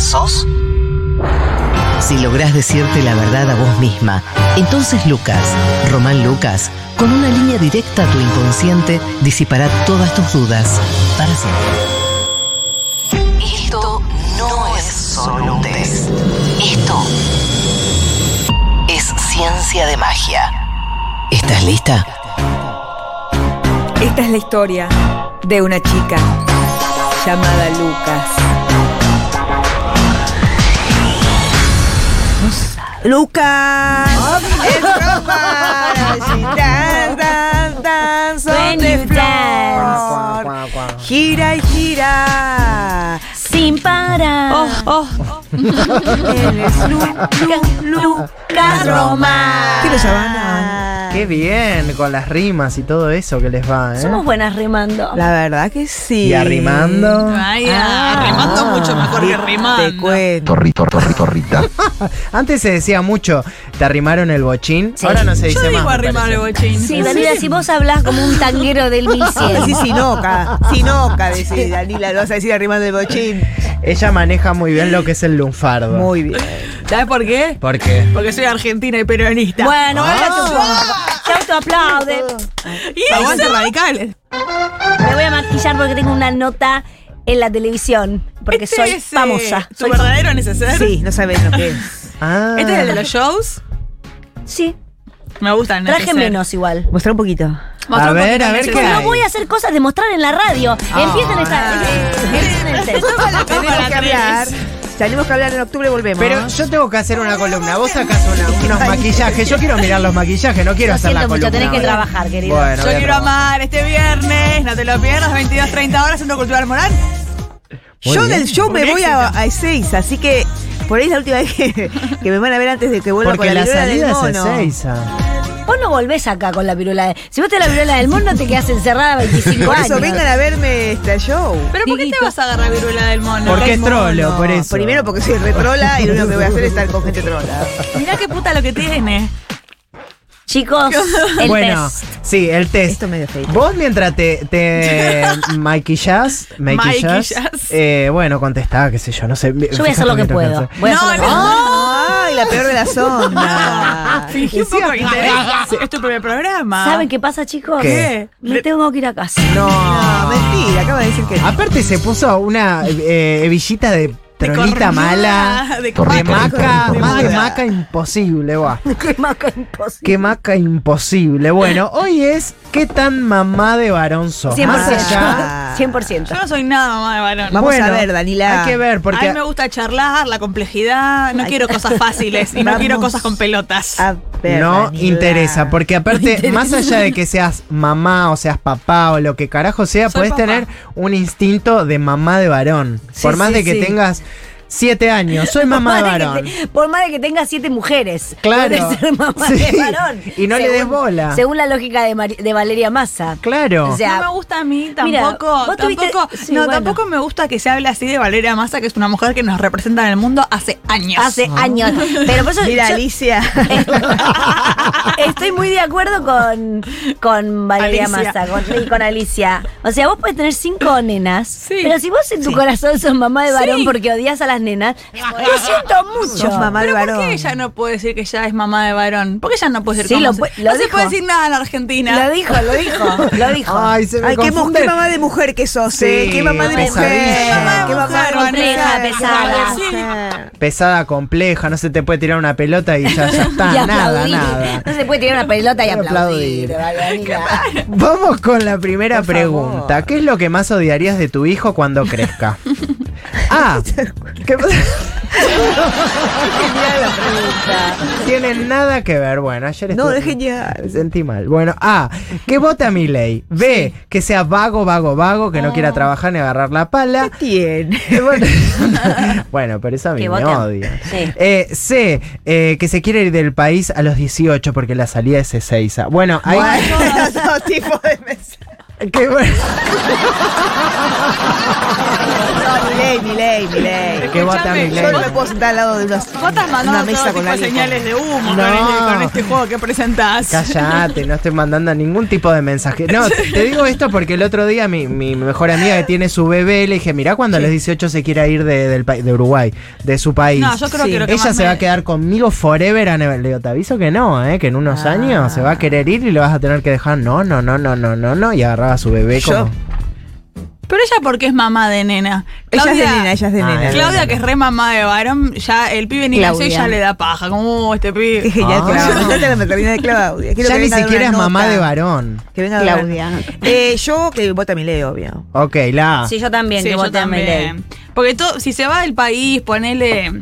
sos? Si lográs decirte la verdad a vos misma, entonces Lucas, Román Lucas, con una línea directa a tu inconsciente, disipará todas tus dudas para siempre. Esto no es solo un test. Esto es ciencia de magia. ¿Estás lista? Esta es la historia de una chica llamada Lucas. Lucas es ropa, así, tan, tan, tan, son de flor. Gira y gira. Sin parar. Oh, oh. Él es Lu, Lu, Lucas Román. ¿Qué lo llaman? Qué bien, con las rimas y todo eso que les va, ¿eh? Somos buenas remando. La verdad que sí. Y arrimando. Ay, Ah. arrimando mucho mejor que Te rimando. cuento. Torrito, torri, torrita. Antes se decía mucho, te arrimaron el bochín. Ahora no se dice Yo digo más. me arrimar el parece. bochín. Sí, Daniela, si vos hablas como un tanguero del 1100. Decís sinoca, sinoca, decís Danila, lo vas a decir arrimando el bochín. Ella maneja muy bien lo que es el lunfardo. Muy bien. ¿Sabes por qué? ¿Por qué? Porque soy argentina y peronista. Bueno, ahora Ah. te autoaplaude. y aguante radicales. Me voy a maquillar porque tengo una nota en la televisión. Porque Este soy es, eh, famosa. ¿Tu Soy verdadero en ese ser? Sí, no sabes lo que es. Ah. ¿Este es el de los shows? Sí, Me gustan. traje menos igual. Mostrar un poquito. A ver, a ver qué No hay. voy a hacer cosas de mostrar en la radio. Empiecen esta. Empiecen el test. Tenemos que hablar. Tenemos que hablar en octubre, volvemos. Pero yo tengo que hacer una columna. Vos sacás una- unos maquillajes. Yo quiero mirar los maquillajes, no quiero Lo hacer la siento columna. mucho, tenés que ahora. trabajar, querido. Bueno, voy Yo a quiero trabajar. amar este viernes, no te lo pierdas, 22.30 horas, Centro Cultural Morán. Muy yo bien. del show me Un voy a, a seis, así que por ahí es la última vez que, que me van a ver antes de que vuelva Porque con la la, viruela salida del es mono. Ezeiza. Vos no volvés acá con la viruela. de- Si vos te la viruela del mundo, te quedás encerrada 25 Por años. eso vengan a verme este show. ¿Pero por qué te vas a agarrar viruela del mono? Porque Porque es trolo, No, por eso. Primero porque soy retrola y lo único que voy a hacer es estar con gente trola. Mirá qué puta lo que tiene. Chicos, el bueno, test. sí, el test. Esto es medio fake. Vos mientras te, te maquillás, maquillás, Maquillás. eh, bueno, contestá, qué sé yo, no sé. Yo voy a hacer lo que puedo. Voy a No, hacer lo que no. puedo. ¡Ay, la peor de las ondas! Fingí un poco de interés. Es tu primer programa. ¿Saben qué pasa, chicos? ¿Qué? Me tengo que ir a casa. No, mentira, acaba de decir que no. Aparte se puso una eh, hebillita de De tronita cornuda, mala, De de Torrita, maca, de más de maca. maca imposible, guau. Qué maca imposible. Qué maca imposible. Bueno, hoy es qué tan mamá de varón sos. Más 100%. allá. allá. 100%. Yo no soy nada mamá de varón. Vamos a Bueno, ver, Danila. Hay que ver, porque a mí me gusta charlar, la complejidad. No Ay. quiero cosas fáciles y no Vamos. quiero cosas con pelotas. A ver, no Danila. interesa, porque aparte, más allá de que seas mamá o seas papá o lo que carajo sea, Soy puedes papá. tener un instinto de mamá de varón. Sí, Por más sí, de que sí. tengas siete años, soy mamá de Por más de varón. que te- por más de que tenga siete mujeres. Claro. puede ser mamá Sí. de varón. Y no le des bola. Según la lógica de, Mari- de Valeria Massa. Claro. O sea, no me gusta a mí tampoco. Mira, vos tuviste- tampoco sí, no, bueno. tampoco me gusta que se hable así de Valeria Massa, que es una mujer que nos representa en el mundo hace años. Hace años. Pero por eso Mira, yo- Alicia. Estoy muy de acuerdo con, con Valeria Alicia. Massa con, y con Alicia. O sea, vos puedes tener cinco nenas, Sí. pero si vos en tu corazón sos mamá de varón Sí. porque odias a las nenas, lo siento mucho. Sos mamá de Pero varón. ¿Por qué ella no puede decir que ella es mamá de varón? ¿Por qué ella no puede decir Sí, cómo lo se- pu- lo No se dijo. puede decir nada en Argentina. Lo dijo, lo dijo, lo dijo. Ay, se me Ay, qué, mu- confunden. qué mamá de mujer que sos, ¿eh? Sí, Qué mamá de pesadilla. mujer. Qué mamá de Compleja, mujer. pesada. Qué mamá de mujer. Pesada, compleja, no se te puede tirar una pelota y ya, ya Y está. nada, aplaudir. nada. No se puede tirar una pelota y Y aplaudir. aplaudir. Valeria. Vamos con la primera Por pregunta. favor. ¿Qué es lo que más odiarías de tu hijo cuando crezca? ah, ¿qué pasa? Genial la pregunta. Tienen nada que ver. Bueno, ayer No, estuve- es genial. Me sentí mal. Bueno, A, que vota mi ley. B, que sea vago, vago, vago, que no Ah. quiera trabajar ni agarrar la pala. ¿Qué tiene? Eh, Bueno, Bueno, pero eso a mí Que me voten. odia. Sí. Eh, C, eh, que se quiere ir del país a los 18 porque la salida es Ezeiza. Bueno, hay... Bueno, todo tipo de mensajes. que- No, mi ley, mi ley, mi ley. Que vota Escuchame, Milei. Yo no me puedo sentar al lado de unas- Vos estás una mandando mesa todo con tipo de alguien. señales de humo No. con, este, con este juego que presentás. Cállate, no estoy mandando ningún tipo de mensaje. No, te te digo esto porque el otro día mi, mi mejor amiga que tiene su bebé, le dije, mirá cuando a los 18 se quiera ir de, del pa- de Uruguay, de su país. No, yo creo que lo que Ella más se me- va a quedar conmigo forever and ever. Le digo, te aviso que no, ¿eh? que en unos Ah. años se va a querer ir y le vas a tener que dejar. No, no, no, no, no, no, no. Y agarraba a su bebé Yo- como... Pero ella porque es mamá de nena. Ella es de Claudia- nena, ella es de Ah, nena. es Claudia, que es re mamá de varón, ya el pibe ni nació y Claudia. ya le da paja. Como "Uh, este pibe. Qué genial, Ah. Claudia. Imagínate la maternidad de Claudia. Quiero Ya que ni venga a dar siquiera es una mamá nota. de varón. Que venga a dar una- Claudia. Eh, yo que vota mi ley, obvio. Ok, la... Sí, yo también, Sí, que yo voté a también. Milei. Porque todo, si se va del país, ponele.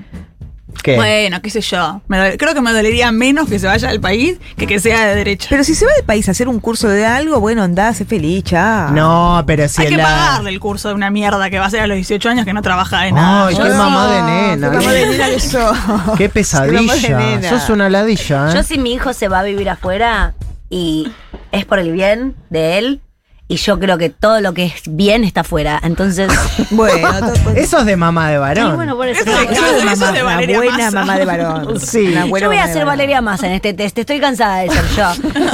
¿Qué? Bueno, qué sé yo. Me dole- creo que me dolería menos que se vaya del país que que sea de derecha. Pero si se va del país a hacer un curso de algo, bueno, andá, sé feliz, chao. No, pero si Hay que la- pagarle el curso de una mierda que va a ser a los 18 años que no trabaja de nada. Ay, Yo qué no- mamá de nena. Qué mamá de nena que sos. Qué mamá de pesadilla. nena. Sos una ladilla, ¿eh? Yo si mi hijo se va a vivir afuera y es por el bien de él, y yo creo que todo lo que es bien está afuera. Entonces, Bueno, todo- Eso es de mamá de varón. y bueno, por eso. Eso no, es- Eso yo- es de Eso es mamá, de una Valeria buena Massa. mamá de varón. Sí. Una buena yo voy a mamá de ser varón. Valeria Massa en este test, estoy cansada de ser yo.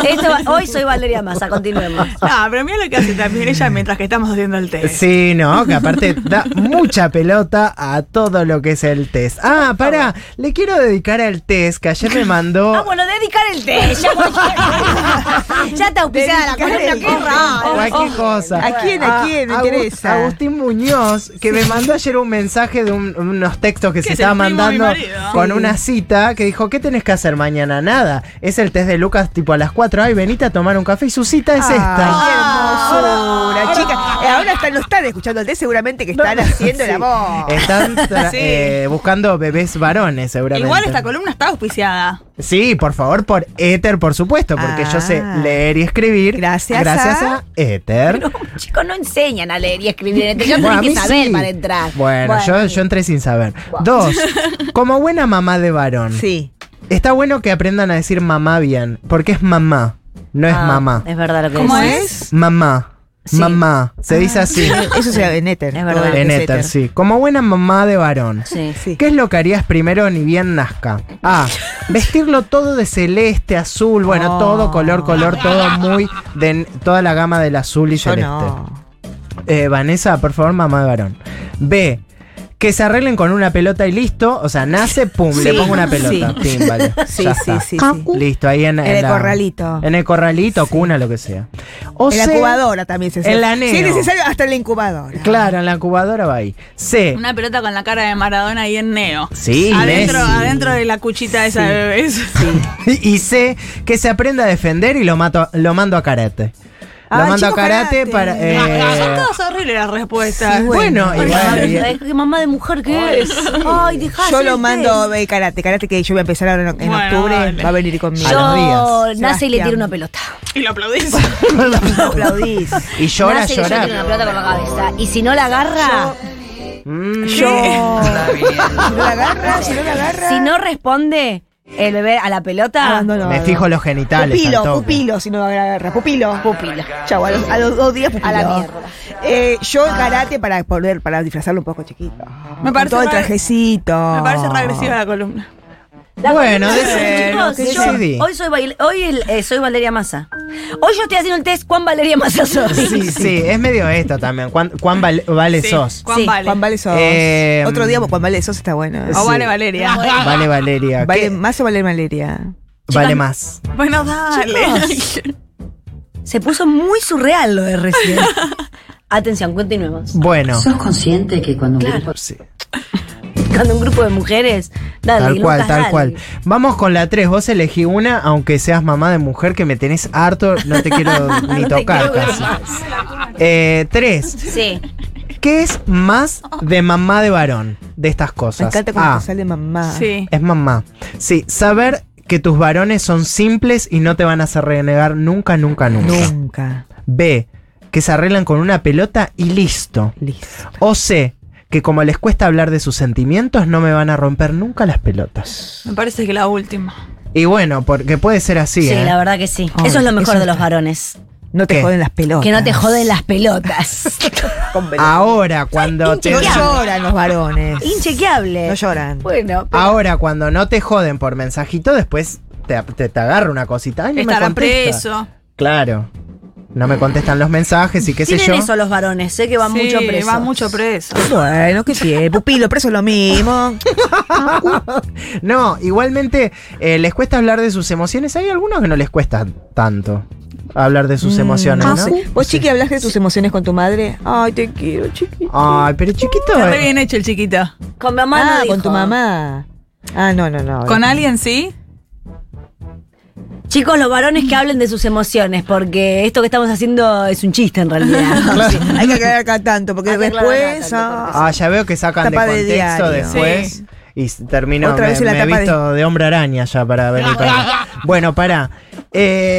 Esto va- hoy soy Valeria Massa, continuemos. No, pero mira lo que hace también ella mientras que estamos haciendo el test. Eh, Sí, no, que aparte da mucha pelota a todo lo que es el test. Ah, pará, le quiero dedicar al test que ayer me mandó. Ah, bueno, dedicar el test. Ya, ya está auspiciada la Oh, Dedicar columna, el qué test. raro. Cualquier cosa. ¿A quién? ¿A quién? Me Agu- interesa. Agustín Muñoz, que me mandó ayer un mensaje de un- unos textos que se es estaba el primo de mi mandando marido. con una cita que dijo, ¿qué tenés que hacer mañana? Nada. Es el test de Lucas tipo a las 4. Ay, venite a tomar un café y su cita Ah, es esta. Ay, qué hermosura, chica. Eh, Ahora están, no están escuchando el té, seguramente que están haciendo el amor. Están tra- Sí. eh, buscando bebés varones, seguramente. Igual esta columna está auspiciada. Sí, por favor, por Éter, por supuesto, porque Ah. yo sé leer y escribir. Gracias Gracias a, a- Éter. No, chicos, no enseñan a leer y escribir. Yo Bueno, a tenés que mí saber sí. para entrar. Bueno, Yo, yo entré sin saber. Dos, como buena mamá de varón, Sí. está bueno que aprendan a decir mamá bien, porque es mamá, no es Ah, mamá. Es verdad lo que ¿Cómo decís. es? Mamá, Sí. Ah. mamá, se dice así. Eso se llama en éter. Es verdad. todo lo que en es Éter, sí. Como buena mamá de varón. Sí. Sí. ¿Qué es lo que harías primero ni bien nazca? A. Vestirlo todo de celeste, azul, bueno, Oh. todo color, color, todo muy de toda la gama del azul y Yo celeste. no. Eh, Vanessa, por favor, mamá de varón. B. Que se arreglen con una pelota y listo. O sea, nace, pum, le Sí, pongo una pelota. sí. Pim, vale. Sí, ya sí, está. sí, sí. Listo, ahí en, En en el la- corralito. En el corralito, cuna, lo que sea. O en la C, incubadora también se En la Si es neo. necesario, hasta en la incubadora. Claro, en la incubadora va ahí. C. Una pelota con la cara de Maradona ahí en neo. Sí, Adentro, Messi. adentro de la cuchita esa de bebés. Y sé que se aprenda a defender y lo mato, lo mando a karate. Lo Ah, mando a chico, karate karate. para. eh, Ah, Son todas horribles las respuestas. bueno, Ay, igual, eh, ay, bien. ay, qué mamá de mujer que es. Ay, dejá Yo hacer lo el mando test. eh, karate, karate que yo voy a empezar ahora en, en Bueno, octubre. dale. Va a venir conmigo. A los Yo días. nace y le tiro Sebastián. una pelota. Y lo aplaudís. aplaudís. y llora, nace y le tiro una llora. pelota con la cabeza. Y si no la agarra, Mm, Yo. Si no la agarra, si no la agarra. si no responde el bebé a la pelota, Ah, abandono. me fijo los genitales. al Pupilo, toque. pupilo, si no la agarra. Pupilo. Pupilo. Chau, a los, a los dos días pupilo. A la mierda. Eh, yo el karate para poner, para disfrazarlo un poco chiquito. Con parece Todo el re- trajecito. Me parece re agresiva la columna. La Bueno, columna de- de- bueno, chicos, ¿qué yo decidí? Hoy soy, bail- hoy el- eh, soy Valeria Massa. Hoy yo estoy haciendo el test cuán Valeria Massa soy. Sí, sí, es medio esto también. ¿Cuán, cuán val- vale Sí, sos? Juan Sí, Vale. Juan Vale Sos. Eh, Otro día Juan Vale Sos está bueno. ¿eh? O Sí. Vale Valeria. Vale, Valeria. ¿qué? ¿Vale más o vale Valeria? vale más. Bueno, dale. Se puso muy surreal lo de recién. Atención, continuemos. Bueno. ¿Sos consciente que cuando un grupo Sí, Cuando un grupo de mujeres, dale, tal cual, Lucas, tal dale. cual. Vamos con la 3. Vos elegí una, aunque seas mamá de mujer, que me tenés harto, no te quiero ni Ah, No te tocar quiero ver casi. más. Eh, 3. Sí. ¿Qué es más de mamá de varón de estas Me cosas? encanta cuando A, te sale mamá. Sí. es mamá. Sí, saber que tus varones son simples y no te van a hacer renegar nunca, nunca, nunca. Nunca. B, que se arreglan con una pelota y listo. Listo. O C, que como les cuesta hablar de sus sentimientos, no me van a romper nunca las pelotas. Me parece que la última. Y bueno, porque puede ser así, Sí, ¿eh? la verdad que sí. Ay, Eso es lo mejor eso de los está- varones. No te ¿Qué? joden las pelotas. Que no te joden las pelotas. con velocidad. Ahora, cuando te. hinche No Inchequeable. lloran los varones. Inchequeable. No lloran. Bueno, pero- Ahora, cuando no te joden por mensajito, después te, te, te agarra una cosita. Ay, no me Estarán contesta. presos. Claro. No me contestan los mensajes y qué sé tienen yo. eso los varones, sé que van Sí, mucho preso. Van mucho preso. Bueno, ¿qué tiene? Pupilo, preso es lo mismo. No, igualmente eh, les cuesta hablar de sus emociones. Hay algunos que no les cuesta tanto hablar de sus emociones, ¿no? Ah, sí. ¿Vos, Chiqui, hablas de tus emociones con tu madre? Ay, te quiero, Chiqui. Ay, pero chiquito. Está re eh, bien hecho el chiquito. Con mi mamá no Ah, dijo. con tu mamá. Ah, no, no, no. ¿Con alguien sí? Chicos, los varones que hablen de sus emociones, porque esto que estamos haciendo es un chiste en realidad. Sí, hay que aclarar acá tanto, porque Hay que aclarar acá después. tanto, porque ah, Ah, ya veo que sacan de Tapa de contexto diario. después. Sí. Y s- termino, Otra me, vez en la me he tapa de- visto de... hombre araña ya para venir para acá. Bueno, para.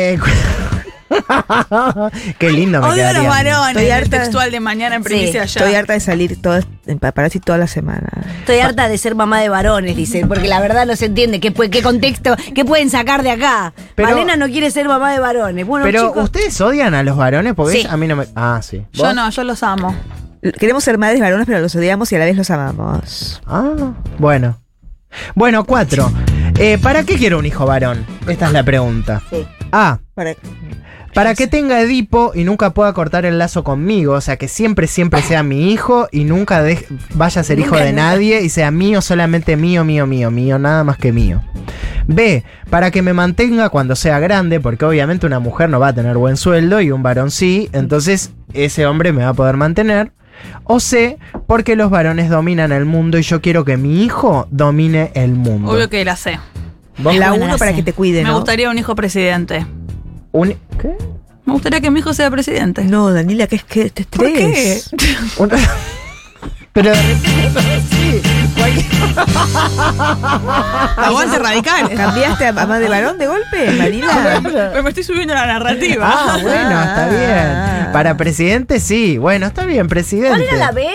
Qué lindo me Odio a los quedaría. varones. Estoy el harta. textual de mañana en Sí, primicia ya. estoy harta de salir todas, en paparazzi toda la semana. Estoy harta de ser mamá de varones, dice, porque la verdad no se entiende qué, pu- qué contexto, qué pueden sacar de acá. Pero- Malena no quiere ser mamá de varones. Bueno, Pero chicos, ustedes odian a los varones porque Sí. a mí no me. Ah, sí. Yo ¿Vos? no, yo los amo. Queremos ser madres varones, pero los odiamos y a la vez los amamos. Ah, bueno. Bueno, cuatro. Eh, ¿Para qué quiero un hijo varón? Esta es la pregunta. Ah, Sí. A. Para- Para que tenga Edipo y nunca pueda cortar el lazo conmigo. O sea, que siempre, siempre sea mi hijo y nunca dej- vaya a ser hijo de nadie y sea mío, solamente mío, mío, mío, mío, nada más que mío. B. Para que me mantenga cuando sea grande, porque obviamente una mujer no va a tener buen sueldo y un varón sí, entonces ese hombre me va a poder mantener. O C. Porque los varones dominan el mundo y yo quiero que mi hijo domine el mundo. Obvio que la sé. ¿Vos? la Buena uno la para sé. que te cuide, Me ¿no? gustaría un hijo presidente. Un- ¿Qué? Me gustaría que mi hijo sea presidente. No, Daniela, ¿qué es que te ¿Por qué? estrés? Un- Pero de repente, sí, cualquier- Aguante radicales. ¿Cambiaste a mamá de varón de golpe, Daniela? Pero me estoy subiendo a la narrativa. Ah, bueno, está Ah. bien. Para presidente, sí. Bueno, está bien, presidente. ¿cuál era la B?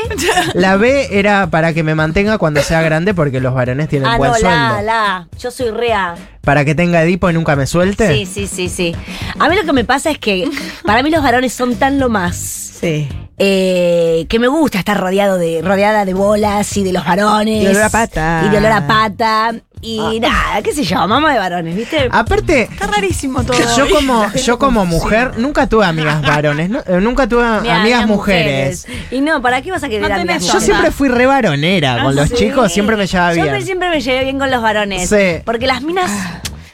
La B era para que me mantenga cuando sea grande porque los varones tienen Ah, buen no, sueldo. la, la. Yo soy rea. Para que tenga Edipo y nunca me suelte. Sí, sí, sí, sí. A mí lo que me pasa es que para mí los varones son tan lo más. Sí. eh, que me gusta estar rodeado de, rodeada de bolas y de los varones. Y olor a pata. Y de olor a pata. Y Ah. nada, qué sé yo, mamá de varones, ¿viste? Aparte, Está rarísimo todo. yo como, yo como mujer nunca tuve amigas varones, no- eh, nunca tuve Mirá, amigas mirá mujeres. Y no, ¿para qué vas a querer No amigas tenés Yo mujeres? Ah, siempre fui re varonera con los Sí. chicos, siempre me llevaba Yo me- bien. siempre me llevé bien con los varones. Sí. Ah. Porque las minas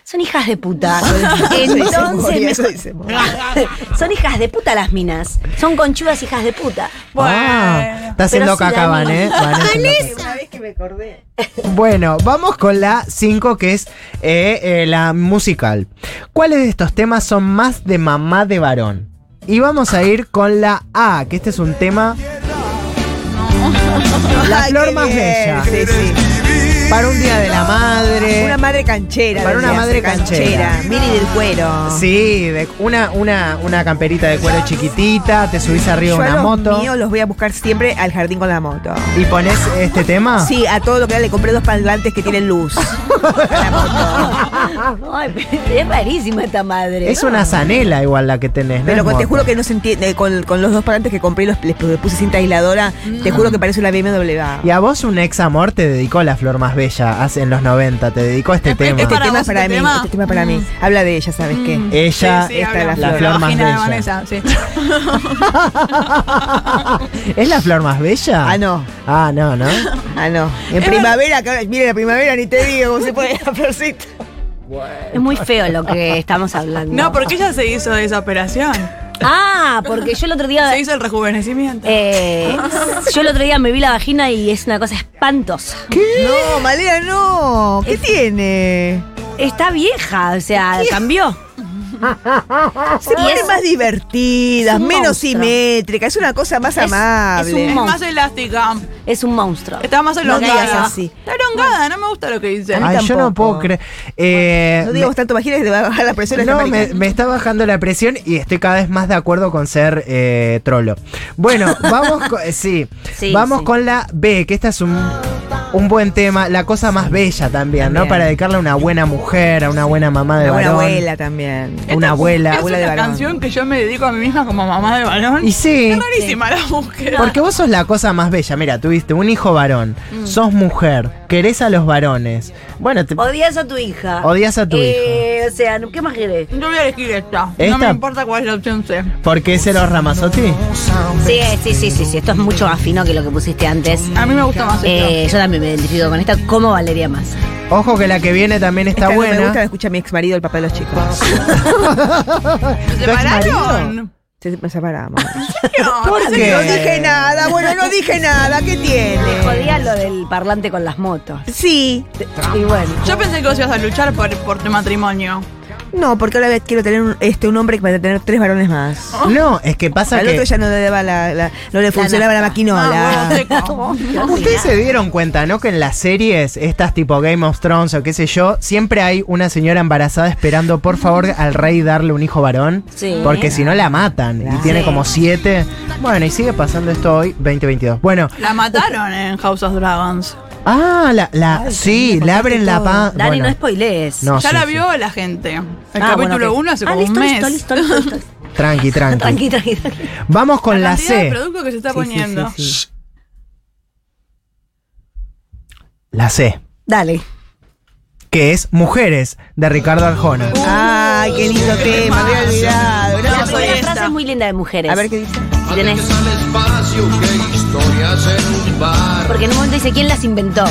son hijas de puta. Moria, Entonces, eso me- dice son hijas de puta las minas. Son conchudas hijas de puta. Ah, está Pero haciendo si caca, la Van, ¿eh? misma- Van haciendo caca. Una vez que me acordé. Bueno, vamos con la 5, que es eh, eh, la musical. ¿Cuáles de estos temas son más de mamá de varón? Y vamos a ir con la A, que este es un tema. La Ay, flor qué más bien. bella. Sí, sí. Para un día de la madre. Una madre canchera. Para una Daniela, madre canchera. Mini del cuero. Sí, de una, una, una camperita de cuero chiquitita, te subís arriba Yo a a una los moto míos los voy a buscar siempre al jardín con la moto. y pones este tema. Sí, a todo lo que da le compré dos parlantes que tienen luz. La moto. Ay, pero es rarísima esta madre. Ah. Es una zanela igual la que tenés. Pero no es te moto. juro que no se entiende. Con, con los dos parlantes que compré y los, les puse cinta aisladora, te juro que parece una BMW. Y a vos un ex amor te dedicó la flor más bella hace en los 90, te dedicó este Es- es tema. Mm. Este para tema vos, es para este mí. tema. Este tema es para mí. Habla de ella, ¿sabes qué? Ella, esta habla- es la flor. La vagina de más bella. Vanessa, sí. ¿Es la flor más bella? Ah, no. Ah, no, ¿no? Ah, no. En primavera, que ahora- mire la primavera, ni te digo cómo se pone la florcita. Es muy feo lo que estamos hablando. No, porque ella se hizo esa operación. Ah, porque yo el otro día. Se hizo el rejuvenecimiento. eh, yo el otro día me vi la vagina y es una cosa espantosa. No, Malena, no. ¿Qué tiene? Está vieja, o sea, cambió. Se ponen más divertidas, es un menos monstruo. simétricas, es una cosa más Es- amable. es es un más elástica. Es un monstruo. Está más No elongada. digas así. Está elongada, no me gusta lo que dice. Ay, yo no tampoco. puedo creer. Eh, no digamos tanto vaginas que te va a bajar la presión. me, esta no, marica. me, me está bajando la presión y estoy cada vez más de acuerdo con ser eh, trolo. Bueno, vamos con, eh, sí, Sí, vamos sí. con la B, que esta es un un buen tema, la cosa más bella también, ¿no? También. Para dedicarle a una buena mujer, a una buena mamá de Una buena varón. abuela también. a Una abuela. es abuela de una varón. canción que yo me dedico a mí misma como mamá de varón. Y sí. es rarísima la búsqueda. Porque vos sos la cosa más bella. Mira, tuviste un hijo varón, sos mujer, querés a los varones. Bueno, te- Odias a tu hija. Odias a tu Eh, O sea, ¿qué más querés? Yo voy a elegir esta. ¿Esta? No me importa cuál es la opción C. ¿por qué se los Ramazotti? Sí, sí, sí, sí, sí. Esto es mucho más fino que lo que pusiste antes. A mí me gusta más esta. Eh, yo también me identifico con esta. ¿Cómo valería más? Ojo que la que viene también está Esta no Me buena. gusta, la escucha mi ex marido, el papá de los chicos. ¿Se ¿Tu ex separaron? Se- Me separamos. No, ¿Por qué? No dije nada, bueno, no dije nada. ¿Qué Me tiene? jodía lo del parlante con las motos. Sí. Y bueno. Yo pensé que vos ibas a luchar por, por tu matrimonio. No, porque ahora quiero tener un, este, un hombre que va a tener tres varones más. No, es que pasa Al otro que. ya no le, daba la, la- no le funcionaba la Ah, maquinola. huevo seco. Ustedes se dieron cuenta, ¿no? Que en las series, estas tipo Game of Thrones o qué sé yo, siempre hay una señora embarazada esperando, por favor, al rey darle un hijo varón. Sí. Porque si no la matan. Y tiene como siete. Bueno, y sigue pasando esto hoy, 2022. Bueno, La mataron en House of Dragons. ah, la. la sí, le abren la pan. Dani, no spoilees. Ah, ya la vio la gente. El Ah, bueno, capítulo 1 ok. hace Ah, como listo, un mes. listo, listo, listo, listo. Tranqui, tranqui. Tranqui, tranqui, tranqui. Vamos con la, cantidad de C. producto que se está poniendo. La C. Dale. Que es Mujeres, de Ricardo Arjona. Ay, qué lindo tema, me había olvidado. No, La soy primera esta. frase es muy linda de mujeres. Pues, A ver qué dice. Si tenés- Porque en un momento dice, ¿quién las inventó?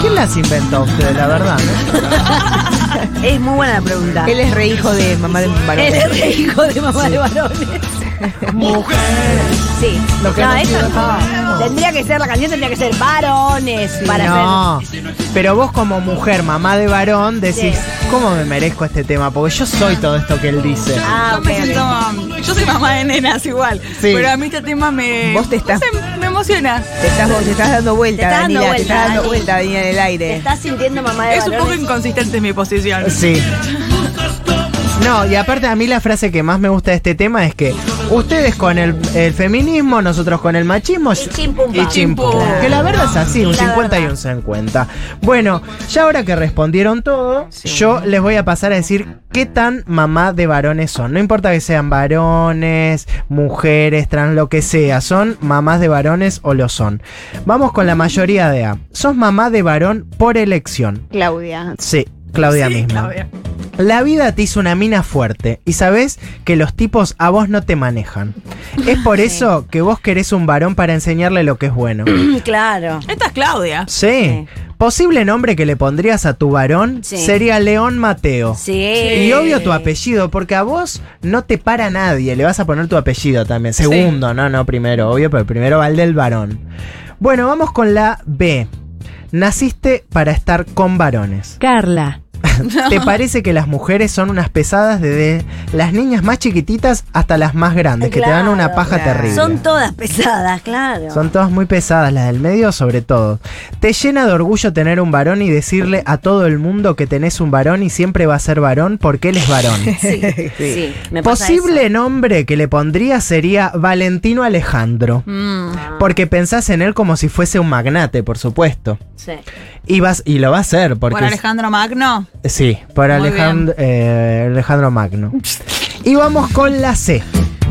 ¿Quién las inventó ustedes, la verdad? no? Es muy buena la pregunta. Él es re hijo de mamá de un varón. Él es re hijo de mamá de varones. Sí. Lo que no, no eso quiero no. Tendría que ser, la canción tendría que ser varones. para no. Pero vos como mujer, mamá de varón, decís, Sí. ¿cómo me merezco este tema? Porque yo soy todo esto que él dice. ser. Ah, yo ok, me ok. siento. Yo soy mamá de nenas igual. Sí. Pero a mí este tema me. Vos te estás- no sé, me emociona. Te estás, vos, te estás dando Te vuelta, estás dando Daniela. Te vuelta, estás dando Dani. vuelta, Daniela, en el Te aire. estás sintiendo mamá de Es un varones. poco inconsistente mi posición. Sí. No, y aparte a mí la frase que más me gusta de este tema es que ustedes con el, el feminismo, nosotros con el machismo. Y chin, pum, pam. y chin, pum. Claro. Que la verdad es así, un La 50 y verdad. un 50. Bueno, ya ahora que respondieron todo, yo les voy a pasar a decir qué tan mamá de varones son. No importa que sean varones, mujeres, trans, lo que sea, son mamás de varones o lo son. Vamos con la mayoría de A. Sos mamá de varón por elección. Claudia. Sí, Claudia Sí, misma. Claudia. La vida te hizo una mina fuerte y sabes que los tipos a vos no te manejan. Es por eso que vos querés un varón para enseñarle lo que es bueno. Claro. Esta es Claudia. Sí. Posible nombre que le pondrías a tu varón Sí. sería León Mateo. Sí. Y obvio tu apellido, porque a vos no te para nadie. Le vas a poner tu apellido también. Segundo, no, no, primero, obvio, pero primero va el del varón. Bueno, vamos con la B. Naciste para estar con varones. Carla. ¿Te parece que las mujeres son unas pesadas desde las niñas más chiquititas hasta las más grandes, que te dan una Claro, paja claro. terrible? Son todas pesadas, claro. Son todas muy pesadas, las del medio sobre todo. Te llena de orgullo tener un varón y decirle a todo el mundo que tenés un varón y siempre va a ser varón porque él es varón. Sí, sí. me pasa Posible nombre que le pondría sería Valentino Alejandro, Mm. porque pensás en él como si fuese un magnate, por supuesto. eso. Sí. Y, vas, y lo va a ser, porque... Por Alejandro Magno. Sí, por Muy Alejandro, eh, Alejandro Magno. Y vamos con la C.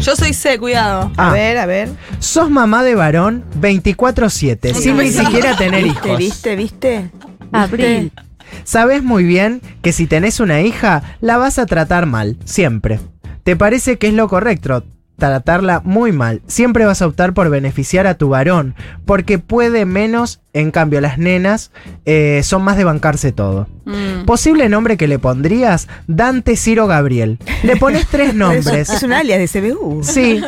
Yo soy C, cuidado. Ah, A ver, a ver. sos mamá de varón 24-7, sin ni siquiera tener ¿Viste, hijos. viste, viste? Abril. Sabes muy bien que si tenés una hija, la vas a tratar mal, siempre. ¿Te parece que es lo correcto? Tratarla muy mal. Siempre vas a optar por beneficiar a tu varón, porque puede menos, en cambio las nenas eh, son más de bancarse todo. Mm. Posible nombre que le pondrías, Dante Ciro Gabriel. Le pones tres nombres. Es un alias de CBU. Sí,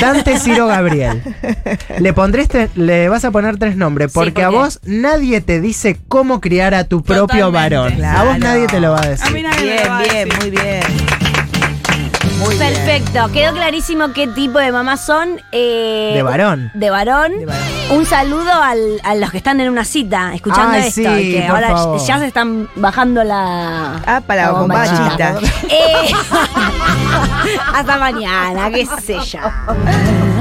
Dante Ciro Gabriel. Le pondré este- le vas a poner tres nombres, porque a porque- vos nadie te dice cómo criar a tu propio Totalmente. varón. A vos Claro. nadie te lo va a decir. A mí nadie me lo Bien, va a bien, decir. muy bien. Perfecto, quedó clarísimo qué tipo de mamás son. eh, De varón. De varón. Un saludo al- a los que están en una cita escuchando Ay, esto. sí, y que por ahora favor. ya se están bajando la. Ah, para la bombachita. Eh, hasta mañana, qué sé yo.